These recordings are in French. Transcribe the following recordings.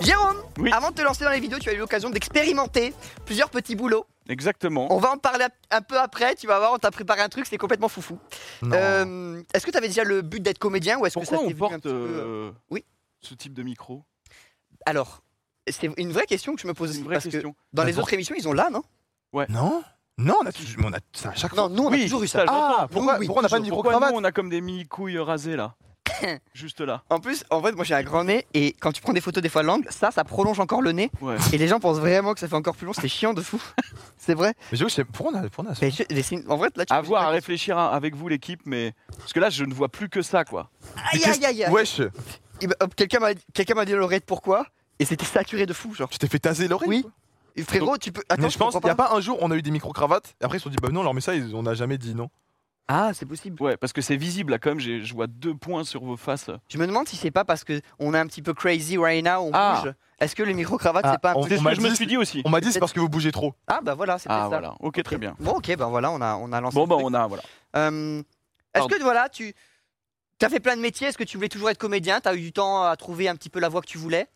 Jérôme, Oui. avant de te lancer dans les vidéos, tu as eu l'occasion d'expérimenter plusieurs petits boulots. Exactement. On va en parler un peu après, tu vas voir, on t'a préparé un truc, c'est complètement foufou. Euh, est-ce que tu avais déjà le but d'être comédien ou est-ce que ça Pourquoi t'est venu on un porte petit peu, euh, euh, Oui. ce type de micro Alors, c'est une vraie question que je me pose C'est aussi, une vraie parce question. que dans les D'accord. autres émissions, ils ont là, non Non Non, on a, toujours- mais on a ça à chaque fois. Non, nous, on a Oui, toujours eu ça. j'entends. Ah, pourquoi, Oui, oui, pourquoi on n'a pas de Pourquoi micro-cravate nous, on a comme des mini-couilles rasées là Juste là. En plus, en fait, moi j'ai un grand nez et quand tu prends des photos des fois l'angle, ça, ça prolonge encore le nez Ouais. et les gens pensent vraiment que ça fait encore plus long. C'est chiant de fou. c'est vrai. Mais j'avoue, je sais- pourquoi on a, pourquoi on a ça Mais je- mais c'est- en vrai, là, tu À poses voir, à pas- réfléchir à- avec vous l'équipe, mais parce que là je ne vois plus que ça quoi. Aïe, aïe, aïe, aïe. Wesh, Et ben, hop, Quelqu'un m'a quelqu'un m'a dit à l'oreillette pourquoi et c'était saturé de fou, genre. tu t'es fait taser l'oreille Oui. Et Frérot, tu peux. Attends, mais je pense qu'il comprends n'y a pas un jour on a eu des micro-cravates, et après ils se sont dit bah non, alors mais ça ils- on n'a jamais dit non. Ah, c'est possible. Ouais, parce que c'est visible là quand même, j'ai- je vois deux points sur vos faces. Je me demande si c'est pas parce que on est un petit peu crazy right now, on Ah. bouge. Est-ce que les micro-cravates, Ah, c'est pas un on- peu... C'est ce m'a que je me dit- suis dit aussi. On m'a dit c'est parce que vous bougez trop. Ah, bah voilà, c'est Ah peut-être ça. voilà, ok très bien. Bon, ok, ben voilà, on a, on a lancé. Bon le bah truc. on a voilà. Euh, Est-ce que voilà, tu as fait plein de métiers Est-ce que tu voulais toujours être comédien T'as eu du temps à trouver un petit peu la voie que tu voulais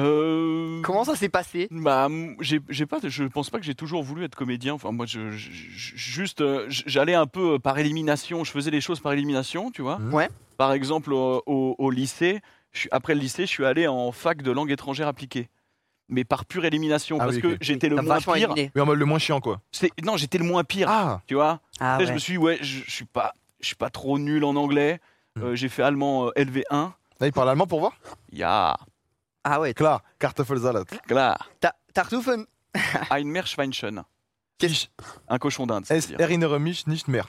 Euh... Comment ça s'est passé Bah, m- j'ai j'ai pas, je pense pas que j'ai toujours voulu être comédien. Enfin, moi, je, je- je- juste, euh, j- j'allais un peu euh, par élimination. Je faisais les choses par élimination, tu vois. Mhm. Ouais. Par exemple, au, au- au lycée, je suis- après le lycée, je suis allé en fac de langue étrangère appliquée, mais par pure élimination, Ah parce oui, que ok. j'étais le T'as moins vachement pire. éliminé. Mais en mode le moins chiant quoi. C'est- Non, j'étais le moins pire. Ah Tu vois. Ah, Après, je ouais. me suis, dit, ouais, je, je suis pas, je suis pas trop nul en anglais. Mmh. Euh, j'ai fait allemand euh, LV1. Là il parle allemand pour voir Ja, Ah ouais. Klar, Kartoffelsalat. klar. T'as t'as retrouvé une- Ein Meerschweinchen. Ich Un cochon d'Inde. es c'est-à-dire. erinnere mich nicht mehr.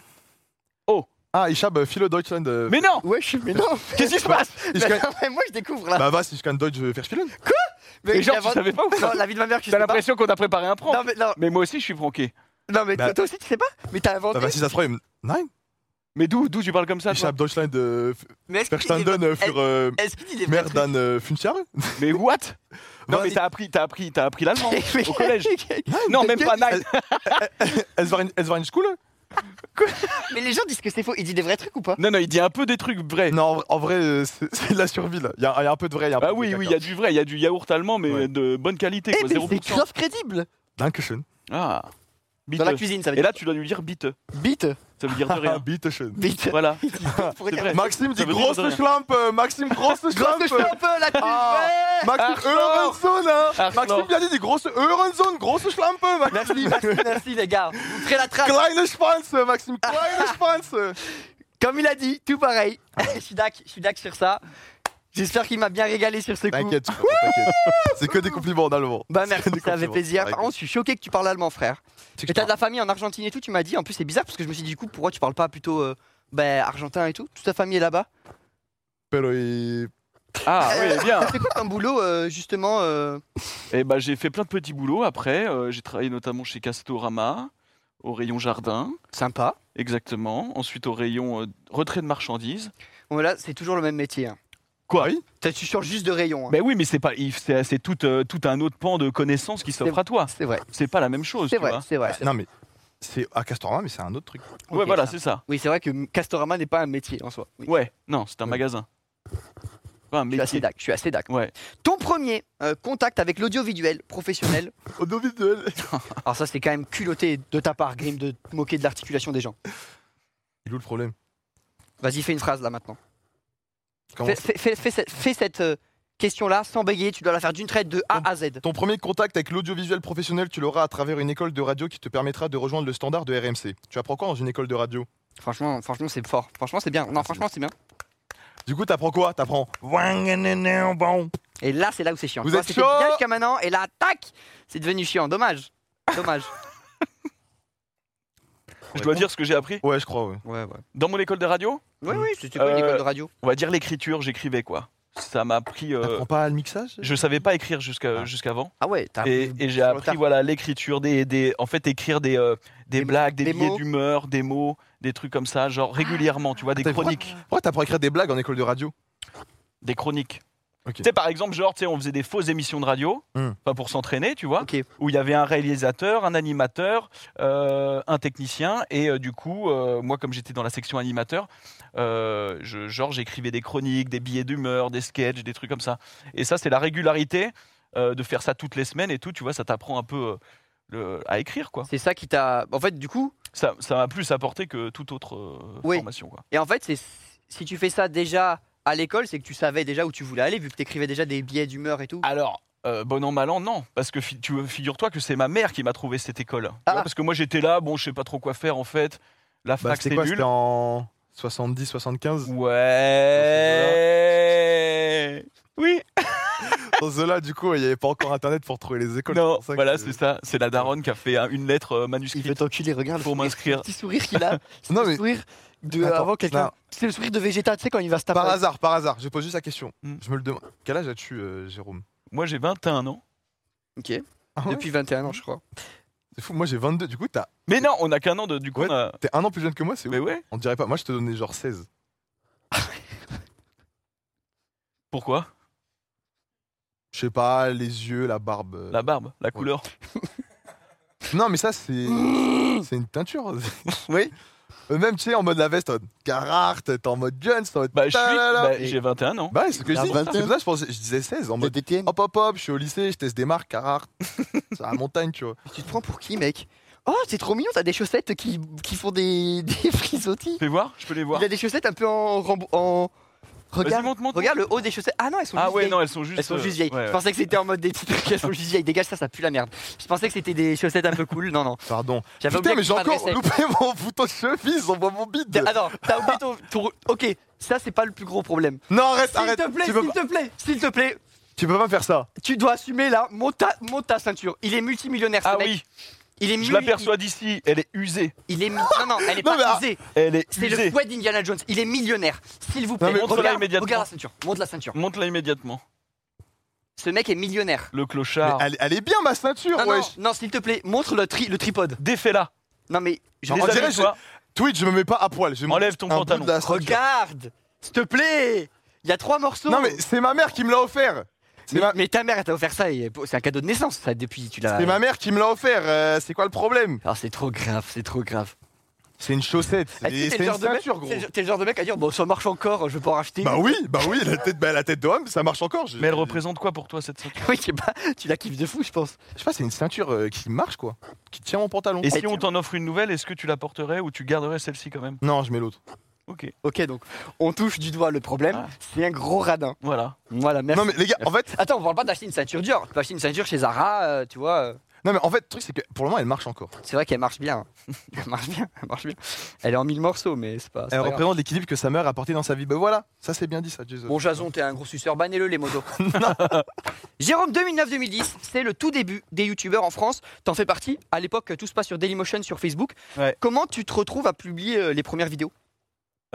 Oh. Ah, ich habe viele Deutschland. äh, Mais non euh, Ouais, je suis. Mais non Qu'est-ce qui se passe ich mais kann- non, mais Moi, je découvre là. Bah vas, ich kann Deutsch äh, verspielen. mais Mais genre, la tu vente- savais pas ou quoi Non, la vie de ma mère, tu sais T'as pas. l'impression qu'on a préparé un prank. Non, mais, non, Mais moi aussi, je suis franqué. non, mais Bah- toi aussi, tu sais pas Mais t'as inventé. Ah bah si ça se trouve, il me- Nein, Mais d'où, d'où tu parles comme ça ich toi habe Deutschland äh, f- mais est-ce qu'il dit des- verstanden äh, für äh, Est-ce qu'il dit des mehr vrais dann äh, fünf Jahre. Mais what Non, mais Vas-y. t'as appris, t'as appris, t'as appris l'allemand trucs Mais- au collège. Non, même pas nine. Es war in, es war in Schule. Mais les gens disent que c'est faux. Il dit des vrais trucs ou pas Non, non, il dit un peu des trucs vrais. Non, en vrai- en vrai, euh, c'est c'est de la survie là. Il y, a il y a un peu de vrai. il Y a un Bah peu de oui, caca. oui, il y a du vrai, il y a du yaourt allemand, mais Ouais. de bonne qualité, Eh, quoi, mais c'est 0%. grave crédible Dankeschön. Ah, Dans la biteux. cuisine, ça veut Et dire. là, tu dois lui dire biteux. Bite Ça veut dire de rien. Bitteschön. Bite Voilà. Pour dire- vrai. Maxime dit Ça veut dire de grosse rien. schlampe, euh, Maxime grosse Grosse que schlampe. je fais un peu là, tu Ah. Ouais. Maxime Arschloch. Eurenzone, hein. Arschloch. Maxime bien dit des grosses Eurenzone, grosse schlampe, Merci, Maxime. merci, merci les gars. Vous ferez la trace. Kleine Schwanz, Maxime, kleine Schwanz. Comme il a dit, tout pareil. je suis dac, je suis dac sur ça. J'espère qu'il m'a bien régalé sur ce coup. T'inquiète, tu comprends, t'inquiète. C'est que des compliments en allemand. Bah C'est merci, que des ça fait compliments. plaisir. Par T'inquiète. contre, je suis choqué que tu parles allemand, frère. Et t'as de la famille en Argentine et tout, tu m'as dit. En plus, c'est bizarre parce que je me suis dit, du coup, pourquoi tu parles pas plutôt euh, bah, argentin et tout Toute ta famille est là-bas. Pero, euh, Ah, oui, bien. T'as fait quoi comme boulot, euh, justement euh, Et bah, j'ai fait plein de petits boulots après. Euh, j'ai travaillé notamment chez Castorama, au rayon jardin. Sympa. Exactement. Ensuite, au rayon euh, retrait de marchandises. Bon, là, c'est toujours le même métier. hein. Quoi oui T'as- Tu changes juste de rayon. hein. Mais Ben oui, mais c'est pas, il- c'est c'est tout, euh, tout un autre pan de connaissances qui s'offre à toi. C'est vrai, C'est pas la même chose, c'est tu vrai, vois. c'est vrai. Non mais c'est à Castorama, mais c'est un autre truc. ouais, Ok, voilà, ça. c'est ça. Oui, c'est vrai que Castorama n'est pas un métier en soi. Oui. Ouais, non, c'est un Ouais. magasin. Pas un Je suis assez métier. d'accord. Je suis assez d'accord. Ouais. Ton premier euh, contact avec l'audiovisuel professionnel. Audiovisuel. Alors ça, c'est quand même culotté de ta part, Grim, de te moquer de l'articulation des gens. Il est où le problème Vas-y, fais une phrase là maintenant. Comment Fais, fais- fais- fais cette- fais cette euh, question-là sans bégayer. Tu dois la faire d'une traite de A à Z. Ton premier contact avec l'audiovisuel professionnel, tu l'auras à travers une école de radio qui te permettra de rejoindre le standard de RMC. Tu apprends quoi dans une école de radio Franchement, franchement, c'est fort. Franchement, Ah, c'est bien. Non, franchement, c'est bien. Du coup, t'apprends quoi T'apprends. Et là, c'est là où c'est chiant. Vous Tu vois, êtes c'était chaud bien jusqu'à maintenant. Et là, tac, c'est devenu chiant. Dommage. Dommage. Je dois dire ce que j'ai appris. Ouais, je crois, ouais. ouais, ouais. Dans mon école de radio, Oui, oui, c'était pas une Euh, école de radio. on va dire l'écriture, j'écrivais quoi. Ça m'a appris. euh, T'apprends pas le mixage je savais pas écrire jusqu'à jusqu'avant. Ah ouais, t'as Et, appris et j'ai sur le tard. appris voilà l'écriture des, des en fait écrire des euh, des, Des- blagues des, des billets mots. Ah. d'humeur des mots des trucs comme ça genre régulièrement tu vois des Attends, chroniques Ouais, t'apprends à écrire des blagues en école de radio. des chroniques Ok. Tu sais, par exemple, genre, tu sais, on faisait des fausses émissions de radio, Hmm. pas pour s'entraîner, tu vois, Ok. où il y avait un réalisateur, un animateur, euh, un technicien, et euh, du coup, euh, moi, comme j'étais dans la section animateur, euh, je- genre, j'écrivais des chroniques, des billets d'humeur, des sketchs, des trucs comme ça. Et ça, c'est la régularité euh, de faire ça toutes les semaines et tout, tu vois, ça t'apprend un peu euh, le- à écrire, quoi. C'est ça qui t'a. En fait, du coup, Ça ça m'a plus apporté que toute autre euh, Oui. formation, quoi. et en fait, c'est si tu fais ça déjà à l'école, c'est que tu savais déjà où tu voulais aller, vu que t'écrivais déjà des billets d'humeur et tout. Alors, euh, bon an, mal an, non. Parce que fi- tu figure-toi que c'est ma mère qui m'a trouvé cette école. Tu Ah. vois, parce que moi, j'étais là, bon, je sais pas trop quoi faire en fait. La Bah, fac, c'était c'était quoi nul. C'était en 70, 75 Ouais. Oui. Dans ce là, du coup, il n'y avait pas encore internet pour trouver les écoles. Non, C'est pour ça que- voilà, c'est ça. C'est la daronne qui a fait hein, une lettre euh, manuscrite t'enculer, regarde. pour m'inscrire. petit sourire qu'il a. C'est Non, le mais- sourire de Attends, avant quelqu'un. non. C'est le sourire de Vegeta, tu sais, quand il va se taper. Par hasard, par hasard, je pose juste la question. Hmm. Je me le demande. Quel âge as-tu, euh, Jérôme Moi, j'ai 21 ans. Ok. Ah ouais Depuis 21 ans, je crois. C'est fou, moi j'ai 22, du coup, t'as- Mais non, on a qu'un an de. Du coup, Ouais. on a- t'es un an plus jeune que moi, c'est Mais ouf. ouais. On dirait pas, moi je te donnais genre 16. Pourquoi Je sais pas, les yeux, la barbe. euh. La barbe, la couleur. Non, mais ça, c'est. c'est une teinture. Mmh. Oui. Euh, Même, tu sais, en mode la veste, en mode Carhartt, t'es en mode Jones, t'es en mode. Bah, je suis. Talala. bah, j'ai 21 ans. Bah, c'est ce que je T'as dis. 21. C'est pour ça que je, pensais- je disais 16 en mode. Hop, hop, hop, je suis au lycée, je teste des marques, Carhartt. c'est à la montagne, tu vois. Tu te prends pour qui, mec Oh, c'est trop mignon, t'as des chaussettes qui, qui font des, des frisottis. Fais voir, je peux les voir. Il a des chaussettes un peu en. rembo- en... Vas-y, Regarde, monte, monte. regarde le haut des chaussettes. Ah non, elles sont Ah juste ouais, vieilles. non, elles sont juste. Elles sont euh, juste vieilles. ouais, Je ouais. pensais que c'était en mode des petites trucs, elles sont juste vieilles. Dégage ça, ça pue la merde. Je pensais que c'était des chaussettes un peu cool. Non, non. Pardon. J'avais Putain, oublié mais que j'ai tu encore m'adressais. loupé mon bouton de cheville, on voit mon bide. Attends, t'as oublié ton, ton- Ok, ça c'est pas le plus gros problème. Non, arrête, S'il arrête. te plaît, tu, peux s'il pas, te plaît, s'il te plaît, tu peux pas faire ça. tu dois assumer là, monte ta, monte ta ceinture. Il est multimillionnaire ce Ah mec. oui, Il est je mul- l'aperçois d'ici, elle est usée. Il est mi- non non, elle est Non, mais pas ah, usée. Elle est C'est le usée. fouet d'Indiana Jones. Il est millionnaire. S'il vous plaît, mais montre-la regarde, immédiatement. regarde la ceinture. Monte la ceinture. Monte-la immédiatement. Ce mec est millionnaire. Le Mais clochard. elle, elle est bien ma ceinture, Ah, Non non, wesh. non, s'il te plaît, montre le, tri- le tripode. Défais-la. Non mais je Non, les on ai- dirait- Déshabille-toi. Twitch, je me mets pas à poil. Je me Enlève ton un bout pantalon. de la ceinture. regarde. S'il te plaît, il y a trois morceaux. Non, mais c'est ma mère qui me l'a offert. C'est mais, bah. ma... mais ta mère elle t'a offert ça et c'est un cadeau de naissance ça depuis tu l'as. c'est ma mère qui me l'a offert. euh, c'est quoi le problème Ah, c'est trop grave, c'est trop grave. C'est une chaussette. C'est Est-ce que c'est t'es Ah, le une genre de mec- ceinture, gros. t'es le- T'es le genre de mec à dire bon ça marche encore, je vais pas en racheter. Bah oui, bah oui, la tête, bah, la tête d'homme, ça marche encore. Je, Mais elle représente quoi pour toi cette ceinture Oui, je sais pas, tu la kiffes de fou, je pense. Je sais pas, c'est une ceinture euh, qui marche quoi, qui tient mon pantalon. Et Elle si on t'en offre une nouvelle, est-ce que tu la porterais ou tu garderais celle-ci quand même Non, je mets l'autre. Ok, Ok, donc on touche du doigt le problème, Ah. c'est un gros radin. voilà. Voilà, merci. Non mais les gars, en fait, Attends, on parle pas d'acheter une ceinture Dior. Tu peux acheter une ceinture chez Zara, euh, tu vois. euh, non mais en fait, le truc c'est que pour le moment elle marche encore. c'est vrai qu'elle marche bien. Elle marche bien, elle marche bien. Elle est en mille morceaux, mais c'est pas. c'est pas Elle grave. représente l'équilibre que sa mère a apporté dans sa vie. Bah voilà, ça c'est bien dit ça, Jason. Bon, Jason, t'es un gros suceur, bannez-le les modos. Jérôme 2009-2010, c'est le tout début des youtubeurs en France. T'en fais partie. À l'époque, tout se passe sur Dailymotion, sur Facebook. Ouais. Comment tu te retrouves à publier euh, les premières vidéos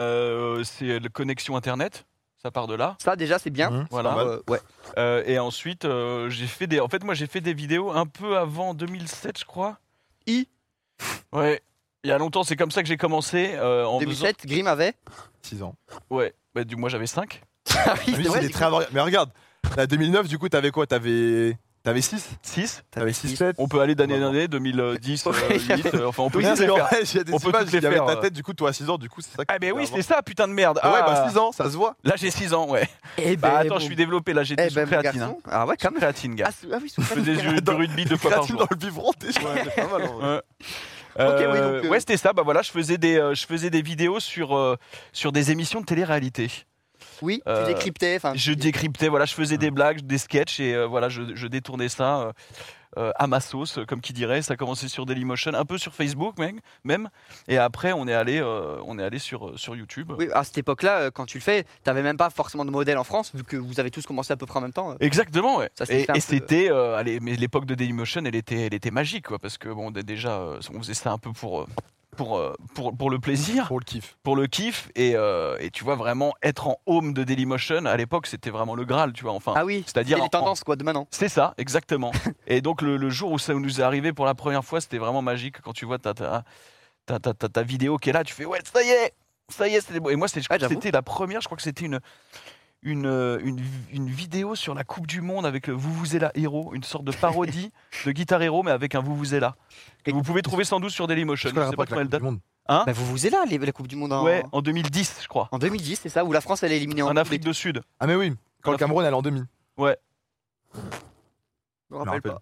Euh, c'est la connexion internet, ça part de là. Ça, déjà, c'est bien. Hein, c'est Voilà. pas mal. Euh, ouais. Euh, et ensuite, euh, j'ai fait des. En fait, moi, j'ai fait des vidéos un peu avant 2007, je crois. I. Ouais. Il y a longtemps, c'est comme ça que j'ai commencé. euh, en 2007, Grimm avait. 6 ans. faisant- Ouais. Bah, du moi, j'avais 5. Ah oui, Ah oui, c'est c'est vrai, des du très coup. avantgardes. Mais regarde, la 2009 du coup t'avais quoi T'avais t'avais 6 6. T'avais six. 6 7 On peut aller d'année en année, 2010, Ouais, euh, 8, euh, enfin, on peut Oui, tous c'est les faire. vrai, il y a des On peut images, toutes les il y avait faire, ta euh. tête, du coup, toi à 6 ans, du coup, c'est ça que Ah, mais oui, avant. c'est ça, putain de merde. Ah ouais, bah Ah. 6 ans, ça se voit. Là, j'ai 6 ans, ouais. Eh Bah, ben, attends, mon- je suis développé, là, j'étais Eh sous ben, mon créatine. hein. garçon. Ah ouais, Sous quand même. créatine, gars. Ah, sous- ah oui, sous- Je faisais du, du Attends. rugby deux fois par Créatine jour. dans le biberon, déjà. c'est pas mal. en vrai. Ouais. Euh, oui, donc, euh, Ouais, c'était ça. Bah voilà, je faisais des, euh, je faisais des vidéos sur, euh, sur des émissions de télé-réalité. Oui, Euh, tu décryptais. enfin, Je tu- décryptais, voilà, je Ah. faisais des blagues, des sketchs et euh, voilà, je, je détournais ça euh, euh, à ma sauce, comme qui dirait. Ça commençait sur Dailymotion, un peu sur Facebook même, même. Et après, on est allé, euh, on est allé sur, euh, sur YouTube. Oui, à cette époque-là, euh, quand tu le fais, t'avais même pas forcément de modèle en France, vu que vous avez tous commencé à peu près en même temps. euh. Exactement, ouais. Ça, c'est et fait un et peu- c'était, euh, allez, mais l'époque de Dailymotion, elle était, elle était magique, quoi, parce que bon, dé- déjà, euh, on faisait ça un peu pour, euh, pour, euh, pour, pour le plaisir, Pour le kiff. pour le kiff, et, euh, et tu vois vraiment être en home de Dailymotion à l'époque, c'était vraiment le graal, tu vois. Enfin, Ah oui, c'est-à-dire c'est en- les tendances quoi de maintenant. c'est ça, exactement. et donc le, le jour où ça nous est arrivé pour la première fois, c'était vraiment magique quand tu vois ta, ta, ta, ta, ta- ta vidéo qui est là, tu fais ouais, ça y est, ça y est, c'était beau. Et moi, c'est- Ah, j'avoue. c'était la première, je crois que c'était une, une, euh, une, une vidéo sur la Coupe du Monde avec le Vuvuzela Hero, une sorte de parodie de Guitar Hero, mais avec un Vuvuzela. Que Et- vous pouvez trouver sans doute sur Dailymotion. C'est Je quoi le sais pas rapport quand elle avec date. la Coupe du Monde Bah, vous vous êtes là, les- la Coupe du Monde en, Ouais, en 2010, je crois. en 2010, c'est ça Où la France, elle est éliminée en En coupe Afrique des- du Sud. Ah, mais oui, quand le Cameroun elle est en demi. Je me rappelle rappelle. pas.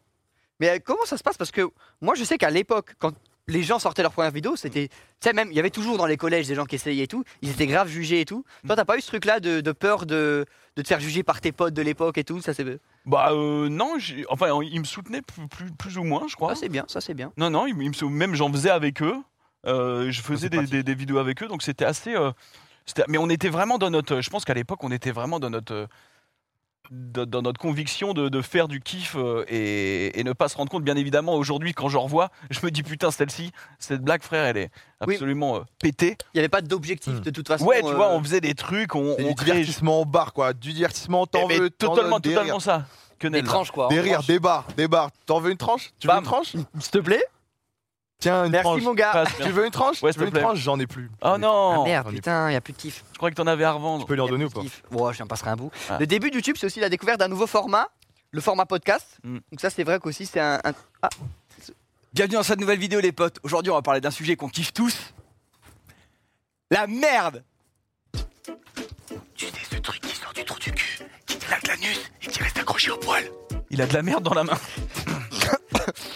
Mais euh, comment ça se passe Parce que moi, je sais qu'à l'époque, quand les gens sortaient leurs premières vidéos, c'était. Tu sais, même, il y avait toujours dans les collèges des gens qui essayaient et tout. Ils étaient grave jugés et tout. Toi, t'as pas eu ce truc-là de, de peur de, de te faire juger par tes potes de l'époque et tout Ça, c'est Bah euh, non, j'ai- enfin il me soutenait plus, plus, plus ou moins, je crois. ça, c'est bien, ça, c'est bien. non non, il, me- il me sou- même j'en faisais avec eux. Euh, je c'est faisais des, pratique. des- des vidéos avec eux, donc c'était assez. euh, c'était- mais on était vraiment dans notre. Je pense qu'à l'époque on était vraiment dans notre euh, dans dans notre conviction de, de faire du kiff euh, et, et ne pas se rendre compte. Bien évidemment, aujourd'hui quand j'en revois, je me dis putain celle-ci, cette blague frère, elle est Oui. absolument euh, pétée. Il n'y avait pas d'objectif Hmm. de toute façon. Ouais, tu euh, vois, on faisait des trucs, on, C'est on du créait. divertissement en barre, quoi. Du divertissement, Eh, t'en mais veux, t'en totalement, donnes, des totalement ça. Que des nennes, là. tranches, quoi. en Des rires, tranches. des barres, des barres. T'en veux une tranche Tu veux Bam. une tranche S'il te plaît Tiens, une Merci, tranche. mon gars. Passe, bien. Tu veux une tranche Ouais, s'il Tu veux te plaît. une tranche J'en ai plus. Oh Ah non merde, on est- putain, il n'y a plus de kiff. Je croyais que t'en avais à revendre. Tu peux lui en Y a donner ou plus pas de kiff. Ouais, j'en passerai un bout. Ah. Le début de YouTube, c'est aussi la découverte d'un nouveau format, le format podcast. Hmm. Mm. Donc ça, c'est vrai qu'aussi, c'est un, un- Bienvenue dans cette nouvelle vidéo les potes. Aujourd'hui on va parler d'un sujet qu'on kiffe tous. La merde Tu sais ce truc qui sort du trou du cul, qui claque l'anus et qui reste accroché au poil. Il a de la merde dans la main.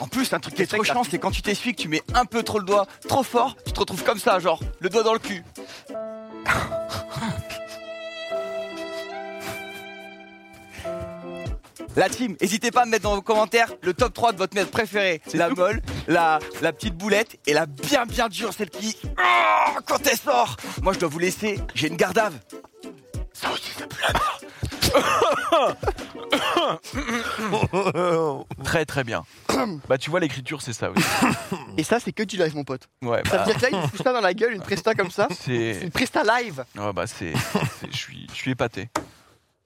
En plus un truc qui est C'est trop vrai que chiant c'est quand tu t'essuies que tu mets un peu trop le doigt, trop fort, tu te retrouves comme ça genre, le doigt dans le cul. La team, n'hésitez pas à me mettre dans vos commentaires le top 3 de votre merde préférée. La molle, la, la petite boulette et la bien bien dure, celle qui... Ah, quand elle sort Moi je dois vous laisser, j'ai une gardave. Ça aussi ça pue la merde. Très très bien. bah tu vois l'écriture c'est ça oui. Et ça, c'est que du live, mon pote. Ouais Ça veut bah dire que là, il nous fout ça dans la gueule, une presta comme ça. C'est c'est une presta live. ouais, bah c'est c'est- je suis je suis épaté.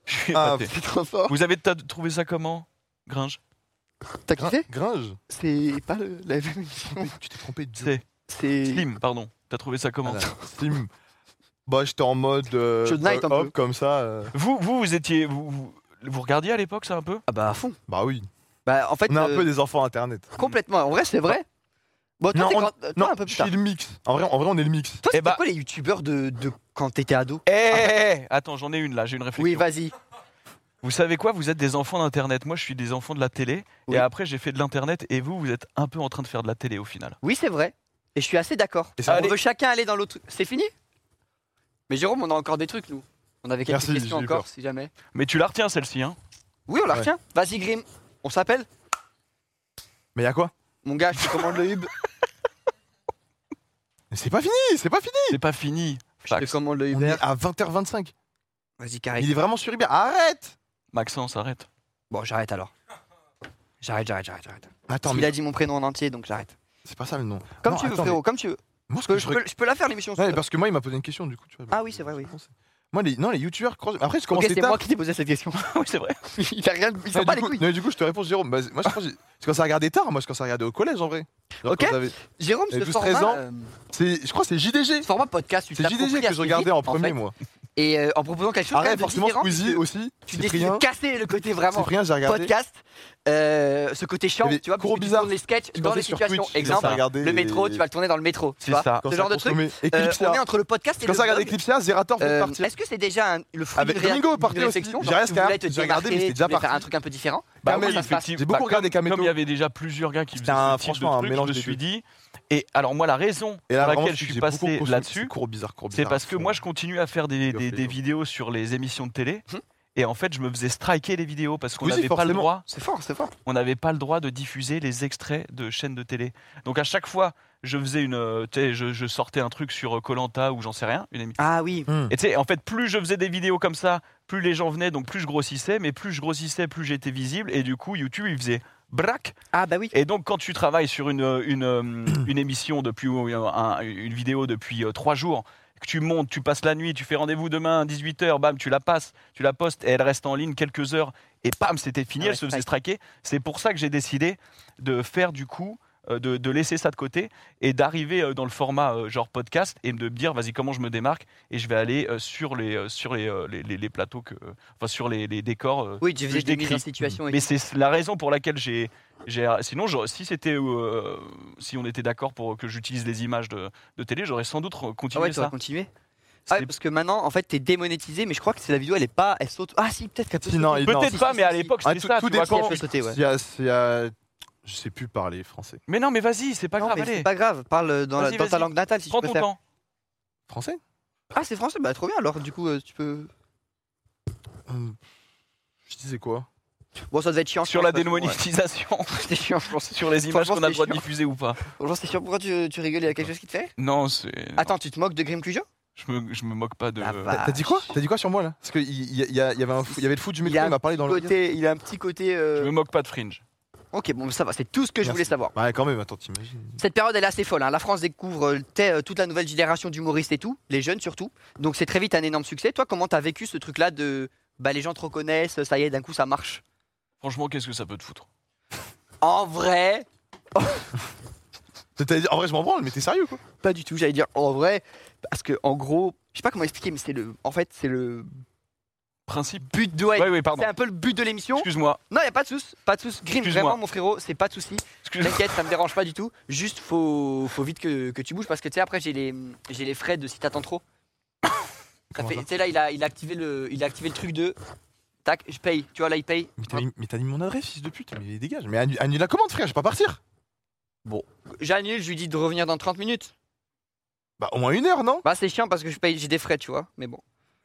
Je suis Ah, épaté. C'est trop fort. Vous avez t'as trouvé ça comment Gringe T'as Grin- kiffé Gringe C'est pas le- la même émission. Tu t'es trompé de C'est C'est. Slim pardon. T'as trouvé ça comment Voilà. Sim. Bah, j'étais en mode. euh, Shoot Knight, un hop, peu. comme ça. euh, Vous vous vous étiez vous, vous, vous regardiez à l'époque ça un peu Ah bah à fond. Bah oui. Bah en fait, On est un euh, peu des enfants internet. complètement. En vrai, c'est vrai. Bon, toi, Non, t'es on- grand- toi, Non, un peu je plus tard. suis le mix. En vrai, en vrai, on est le mix. Toi, Eh c'était bah- quoi les youtubeurs de, de quand t'étais ado Eh attends, j'en ai une là, j'ai une réflexion. Oui, vas-y. vous savez quoi Vous êtes des enfants d'internet. Moi je suis des enfants de la télé Oui. et après j'ai fait de l'internet et vous vous êtes un peu en train de faire de la télé au final. Oui, c'est vrai. Et je suis assez d'accord. Et ça- On Allez. veut chacun aller dans l'autre. C'est fini Mais Jérôme, on a encore des trucs, nous. On avait quelques Merci, questions j'ai eu encore, peur. si jamais. Mais tu la retiens celle-ci hein Oui, on la Ouais. retient. Vas-y, Grim. On s'appelle Mais y a quoi Mon gars, je te commande le hub. Mais C'est pas fini, c'est pas fini. C'est pas fini. Je te Fax. commande le On Uber. est à 20h25. Vas-y, carré. Il est vraiment sur Uber. Arrête Maxence arrête. Bon, j'arrête alors. J'arrête, j'arrête, j'arrête, j'arrête. Attends, Parce qu'il mais a dit mon prénom en entier, donc j'arrête. c'est pas ça le nom. Comme Non, tu veux, attends, frérot, comme tu veux. mais Moi, ce Je peux, que je je bah, peux- je peux la faire l'émission. Non, mais si tu parce que moi, il m'a posé une question, du coup. Tu vois, Ah oui, c'est vrai, oui. pensais. Moi, les, non, les youtubeurs croisent. Après, veux. je Ok, commençais c'est tard. moi qui t'ai posé cette question. oui, c'est vrai. il a rien. Il Non, s'en bat les du coup- couilles. non, mais du coup, je te réponds, Jérôme. Bah, c'est- moi, je crois que j'ai- je commençais à regarder tard. Moi, je commençais à regarder au collège, en vrai. Genre, Ok. quand j'avais- Jérôme, ce J'avais 12-13 format, ans. euh, c'est- Je crois que c'est JDG. ce format podcast, tu te C'est l'appropries JDG que assez je regardais vite, en premier, fait. moi. Et euh, en proposant quelque chose quand même Arrête, de forcément, différent, Squeezie aussi. tu décides Cyprien. de casser le côté vraiment Cyprien, j'ai regardé. podcast, euh, ce côté chiant, Il y avait tu vois, parce Cours que tu bizarre. tournes les sketchs Tu dans dansais les sur situations. Twitch, tu commences à Exemple, regarder le les- métro, métro, tu vas le tourner dans le métro, tu C'est vois. ça. Quand ce ça genre de truc, consommait. Euh, Eclipsia. on est entre le podcast et Quand le ça regarde blog. Eclipsia, Zerator fait Euh, partir. Est-ce que c'est déjà un- le fruit Avec d'une ré- Domingo, d'une parti aussi. réflexion J'ai genre, resté tu voulais à- te j'ai regardé, mais démarquer, c'était déjà tu voulais faire parti. un truc un peu différent Bah Comment oui, ça se passe effectivement. J'ai beaucoup Bah, regardé Comme Kameto. il y avait déjà plusieurs gars qui faisaient C'était un- ce type franchement, de un truc, mélange je me des suis deux. dit. Et alors moi, la raison pour laquelle je suis passé là-dessus, Cours bizarre, cours c'est parce que moi, je continue à faire des, Yo, des- fais des yo. vidéos sur les émissions de télé. Hmm. Et en fait, je me faisais striker les vidéos parce qu'on Hum. Oui, n'avait pas le forcément. droit. C'est fort, c'est fort. On n'avait pas le droit de diffuser les extraits de chaînes de télé. Donc à chaque fois, je faisais une, euh, tu sais, je, je sortais un truc sur euh, Colanta ou j'en sais rien, une émission. Ah oui. Hmm. Et tu sais, en fait, plus je faisais des vidéos comme ça, plus les gens venaient, donc plus je grossissais, mais plus je grossissais, plus j'étais visible. Et du coup, YouTube, il faisait braque. Ah bah oui. Et donc, quand tu travailles sur une, euh, une, euh, une émission, depuis ou, euh, un- une vidéo depuis euh, trois jours, que tu montes, tu passes la nuit, tu fais rendez-vous demain à 18h, bam, tu la passes, tu la postes, et elle reste en ligne quelques heures, et bam, c'était Ah fini, ouais, elle se faisait strike. straquer. C'est pour ça que j'ai décidé de faire du coup euh, de, de laisser ça de côté et d'arriver euh, dans le format euh, genre podcast et de me dire vas-y comment je me démarque et je vais aller euh, sur les euh, sur les, euh, les, les- les plateaux que enfin sur les, les décors. euh. Oui, tu que faisais je des mises en décris. situation. et Mais c'est la raison pour laquelle j'ai j'ai sinon j'aurais- si c'était euh, si on était d'accord pour que j'utilise les images de, de télé j'aurais sans doute Ah continué ouais, tu vas ça. continuer Ah ouais, C'est- parce que maintenant, en fait, t'es démonétisé, mais je crois que c'est la vidéo, elle est pas. Elle saute. Ah si, peut-être qu'elle peut Si, non, sauter. il- Peut-être si, pas si, mais à si, si. l'époque Ah, c'était tout- ça. tout tu vois, dépend. quand- Si, elle peut sauter, ouais. Il y a- c'est, euh, Je sais plus parler français. Mais non mais vas-y c'est pas Non, grave mais allez c'est pas grave, parle euh, dans, la- Vas-y, dans ta vas-y. langue natale si prends tu ton préfères. temps. Français Ah, c'est français Bah, trop bien, alors du coup, euh, tu peux. Euh, Je disais quoi Bon, ça devait être chiant. je Sur pense, la de toute façon, ouais. démonétisation, C'était chiant, je pense. sur les images Franchement, qu'on a le c'est droit de chiant. diffuser ou pas. Bonjour, c'est sûr, pourquoi tu, tu rigoles Il y a quelque chose qui te fait rire Non, c'est. Attends, tu te moques de Grim Cujo Je me, je me moque pas de. Ah bah. T'as dit quoi T'as dit quoi sur moi là Parce qu'il y, y a- y avait un fou- il y avait le fou Il du y métro, a il m'a parlé dans le. Côté, Il a un petit côté. euh, Je me moque pas de Fringe. Ok, bon, ça va, c'est tout ce que je Merci. voulais savoir. Ouais, Bah, quand même, attends, t'imagines. Cette période, elle est assez folle. hein. La France découvre euh, t'es, euh, toute la nouvelle génération d'humoristes et tout, les jeunes surtout. Donc c'est très vite un énorme succès. Toi, comment t'as vécu ce truc-là de. Bah, les gens te reconnaissent, ça y est, d'un coup, ça marche Franchement, qu'est-ce que ça peut te foutre En vrai, T'as dit- En vrai, je m'en branle, mais t'es sérieux quoi Pas du tout, j'allais dire en vrai, parce que en gros, je sais pas comment expliquer, mais c'est le, en fait, c'est le Principe. but de, ouais, Ouais, ouais, pardon. c'est un peu le but de l'émission. Excuse-moi. Non, y a pas de souci, pas de souci. Grim, Excuse-moi. vraiment mon frérot, c'est pas de souci. Excuse- T'inquiète, ça me dérange pas du tout. Juste faut, faut vite que, que tu bouges parce que tu sais après j'ai les, j'ai les frais de si t'attends trop. ça Comment fait, ça tu sais là il a, il a activé le, il a activé le truc de, tac, je paye. Tu vois là il paye. Mais t'as mis- Mais t'as mis mon adresse, fils de pute, mais dégage. Ah. Mais annu- annule la commande, frère, je vais pas partir. J'annule, je lui dis de revenir dans 30 minutes. Bah, au moins une heure, non Bah c'est chiant parce que je paye, j'ai des frais, tu vois. Mais bon,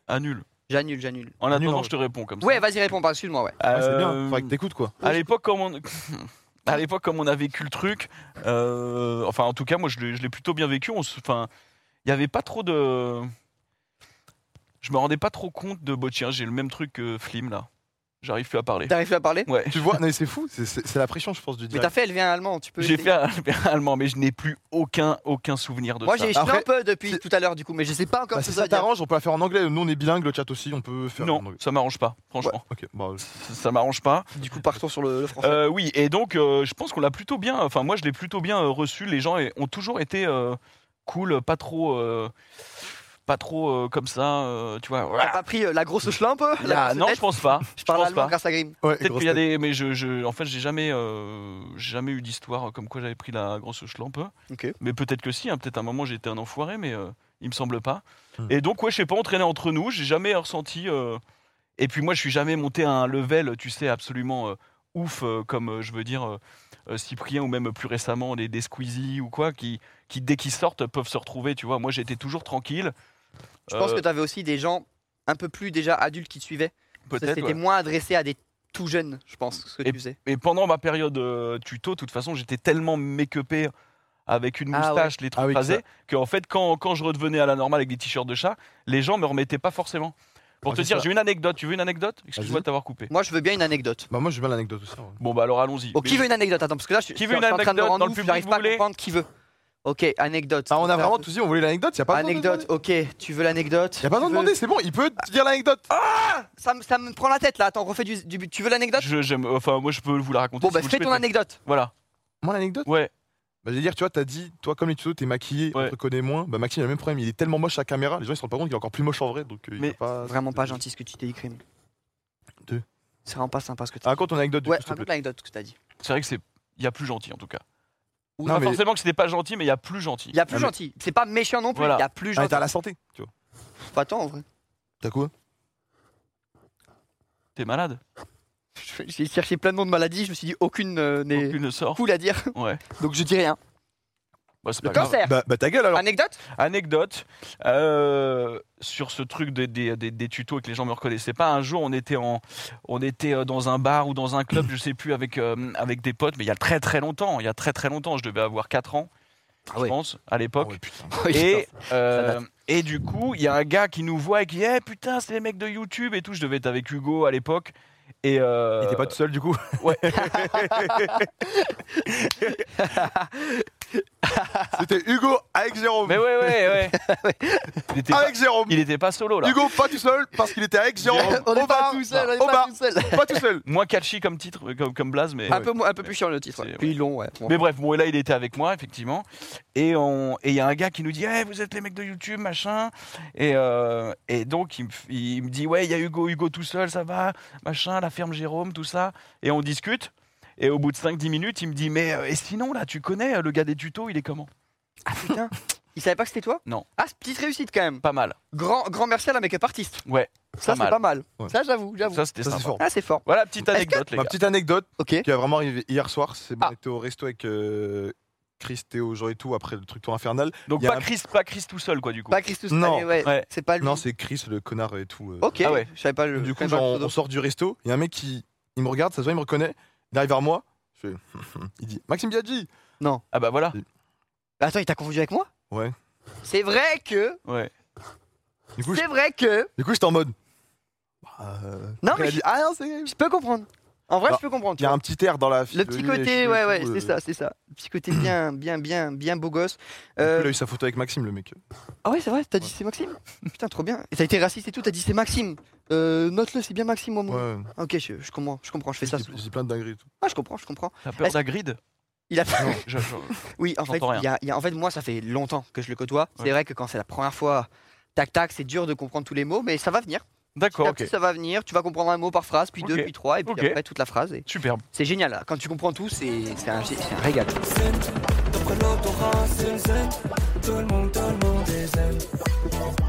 Annule. j'annule, j'annule. Ah, En Annule, attendant, ouais. je te réponds comme ça. Ouais, vas-y réponds pas, excuse-moi, ouais. Ouais, Ah, C'est bien, Euh, faudrait que t'écoutes quoi. À l'époque, comme on. À l'époque, comme on a vécu le truc, euh, enfin, en tout cas, moi, je l'ai je l'ai plutôt bien vécu. On se- Enfin, il n'y avait pas trop de. Je me rendais pas trop compte de. Bon, tiens, j'ai le même truc que Flim, là. J'arrive plus à parler. T'arrives à parler Ouais. Tu vois, non, mais c'est fou, c'est- c'est c'est la pression, je pense, du Mais direct. t'as fait élever un allemand, tu peux. J'ai essayer. fait un un allemand, mais je n'ai plus aucun, aucun souvenir de Moi ça. j'ai échoué un Après- peu depuis tout à l'heure du coup, mais je sais pas encore Bah, ce si que ça ça veut dire. t'arrange, on peut la faire en anglais. Nous, on est bilingue, le chat aussi, on peut faire en Non, anglais. ça m'arrange pas, franchement. Ok, bah, euh, Ça, ça m'arrange pas. Du coup partons sur le, le français. Euh, oui, et donc euh, je pense qu'on l'a plutôt bien. Enfin, moi, je l'ai plutôt bien euh, reçu. Les gens euh, ont toujours été euh, cool, pas trop, euh, pas trop euh, comme ça. euh, tu vois. T'as pas pris euh, la grosse chelin un peu Il y La a- grosse Ah, non, tête je pense pas. Je parle pense allemand pas. grâce à Grimm. ouais, Peut-être grosse qu'il y a tête. des, mais je, je- en fait, j'ai jamais, euh, j'ai jamais eu d'histoire comme quoi j'avais pris la grosse schlampe. Ok. Mais peut-être que si. hein. Peut-être à un moment j'étais un enfoiré, mais euh, il me semble pas. Hmm. Et donc ouais, je sais pas, on traînait entre nous. J'ai jamais ressenti. euh, Et puis moi, je suis jamais monté à un level, tu sais, absolument euh, ouf, euh, comme euh, je veux dire euh, euh, Cyprien ou même plus récemment les des Squeezie ou quoi, qui, qui dès qu'ils sortent peuvent se retrouver. Tu vois, moi j'étais toujours tranquille. Je pense Euh, que t'avais aussi des gens un peu plus déjà adultes qui te suivaient. Ça, Euh, peut-être. C'était ouais. moins adressé à des tout jeunes, je pense, ce que tu faisais. Et pendant ma période euh, tuto, de toute façon, j'étais tellement make-upé avec une Ah ouais. moustache, les trucs Ah oui, rasés, qu'en fait, quand, quand je redevenais à la normale avec des t-shirts de chat, les gens me remettaient pas forcément. Pour Ah, te c'est dire, ça. j'ai une anecdote. Tu veux une anecdote Excuse-moi de t'avoir coupé. Moi je veux bien une anecdote. Bah, moi, j'ai bien l'anecdote aussi. ouais. Bon, bah alors allons-y. Oh, qui Mais- veut une anecdote Attends, parce que là je, Qui je veut suis une en train de me anecdote rendre dans le ouf, public, j'arrive vous pas à voulez comprendre qui veut. Ok, anecdote. Ah, on a vraiment tout dit, on voulait l'anecdote, y a pas besoin de Anecdote, demander. ok, tu veux l'anecdote Y a pas besoin Tu de veux- demander, c'est bon, il peut te dire l'anecdote. Ça, me- ça me prend la tête là, attends, refais du. du- tu veux l'anecdote Je- j'aime- Enfin, moi, je peux vous la raconter. Bon, si bah vous le fais ton souhaitez. anecdote. Voilà. Moi, l'anecdote Ouais. Bah, je veux dire, tu vois, t'as dit, toi, comme les tutos, t'es maquillé, on Ouais. te reconnaît moins. Bah, Maxime, il a le même problème, il est tellement moche à la caméra, les gens ils se rendent pas compte qu'il est encore plus moche en vrai, donc euh, il Mais a pas. Vraiment pas gentil ce que tu t'es écrit. mais- Deux. C'est vraiment pas sympa ce que tu Raconte ton anecdote du Ouais, coup, s'il te raconte plaît. l'anecdote que t'as dit. C'est vrai que c'est. Il y a plus gentil en tout cas. Ou Non, pas mais- forcément que c'était pas gentil, mais il y a plus gentil. Il y a plus Ah, mais- gentil. C'est pas méchant non plus. Il Voilà. y a plus Ah, mais gentil. t'as la santé, tu vois. Pas tant en vrai. T'as quoi T'es malade J'ai cherché plein de noms de maladies. Je me suis dit aucune euh, n'est Aucune ne sort. cool à dire. Ouais. Donc je dis rien. Bah, c'est Le pas grave. cancer. Bah, bah, ta gueule alors Anecdote Anecdote euh, sur ce truc des, des, des- des tutos et que les gens me reconnaissaient pas. Un jour, on était en, on était euh, dans un bar ou dans un club, je sais plus, avec euh, avec des potes, mais il y a très très longtemps. Il y a très très longtemps, je devais avoir 4 ans, Ah je ouais. pense, à l'époque. Ah Ouais, putain. Et, euh, date. et du coup, il y a un gars qui nous voit et qui dit Eh, putain, c'est les mecs de YouTube et tout. Je devais être avec Hugo à l'époque. Et euh, Il était pas tout seul du coup. C'était Hugo avec Jérôme. Mais ouais, ouais, ouais. il, était pas, Ah, Avec Jérôme. il était pas solo là. Hugo, pas tout seul, parce qu'il était avec Jérôme. Jérôme. On au est pas bar. tout seul, on est Au pas bar. tout seul. Pas tout seul. Moins catchy comme titre, euh, comme, comme blaze, mais. Un peu, moins- un peu plus chiant le titre. C'est- Puis long, ouais. Bon. Mais bref, bon, et là, il était avec moi, effectivement. Et on- et il y a un gars qui nous dit Eh, Vous êtes les mecs de YouTube, machin. Et, euh, et donc, il me, f- il me dit Ouais, il y a Hugo, Hugo tout seul, ça va, machin, la ferme Jérôme, tout ça. Et on discute. Et au bout de 5-10 minutes, il me dit Mais euh, et sinon, là, tu connais euh, le gars des tutos, il est comment Ah putain, il savait pas que c'était toi Non. Ah, petite réussite quand même. Pas mal. Grand, grand merci à la make-up artiste. Ouais, Ça, mal. c'est pas mal. Ouais. Ça, j'avoue, j'avoue. ça, c'était Ça, c'est sympa. fort. Ah, c'est fort. Voilà, petite Est-ce anecdote, les Ma gars. petite anecdote Ok. qui a vraiment arrivé hier soir, c'est Ah. on était au resto avec euh, Chris, Théo, Jean et tout après le truc tour infernal. Ah, Donc, il y a pas, un- Chris, pas Chris tout seul, quoi, du coup. Pas Christus. Non. allez, ouais. Ouais. C'est pas lui. Oh. Non, c'est Chris le connard et tout. euh. Ok, Ah ouais. je savais pas le. Du je coup, savais genre, pas le on, pseudo. on sort du resto, il y a un mec qui il me regarde, ça se voit, il me reconnaît, il arrive vers moi, je fais, il dit Maxime Biaggi Ah bah voilà. Attends, il t'a confondu avec moi Ouais. C'est vrai que. Ouais. Du coup, je- C'est vrai que. du coup j'étais en mode. Bah, euh, Non, après, mais il a dit, Ah non, c'est. Je peux comprendre. En vrai, Bah, je peux comprendre. Il tu y a vois. un petit air dans la Le petit fibre, côté, et ouais, tout, ouais, euh. c'est ça, c'est ça. Le petit côté bien, bien, bien, bien beau gosse. Du coup, Euh, Il a eu sa photo avec Maxime, le mec. Ah ouais, c'est vrai, t'as dit Ouais. c'est Maxime Putain, trop bien. Et t'as été raciste et tout, t'as dit c'est Maxime. Euh, note-le, c'est bien Maxime, moi. moi. Ouais, Ok, je, je comprends, je comprends, je fais ça. j'ai souvent. j'ai plein de dingueries et tout. Ah, je comprends, je comprends. T'as peur Est-ce- d'Agrid Il a fait. je, je- Oui, en fait, J'entends rien. il y a- il y a- en fait, moi, ça fait longtemps que je le côtoie. Ouais. C'est vrai que quand c'est la première fois, tac tac, c'est dur de comprendre tous les mots, mais ça va venir. D'accord, Petit à ok. petit, ça va venir. Tu vas comprendre un mot par phrase, puis Ok. deux, puis trois, et puis Ok. après toute la phrase. et Superbe. C'est génial. là. Quand tu comprends tout, c'est c'est un, c'est- c'est un régal. D'après l'autorat, c'est le zen. Tout le monde, tout le monde est zen.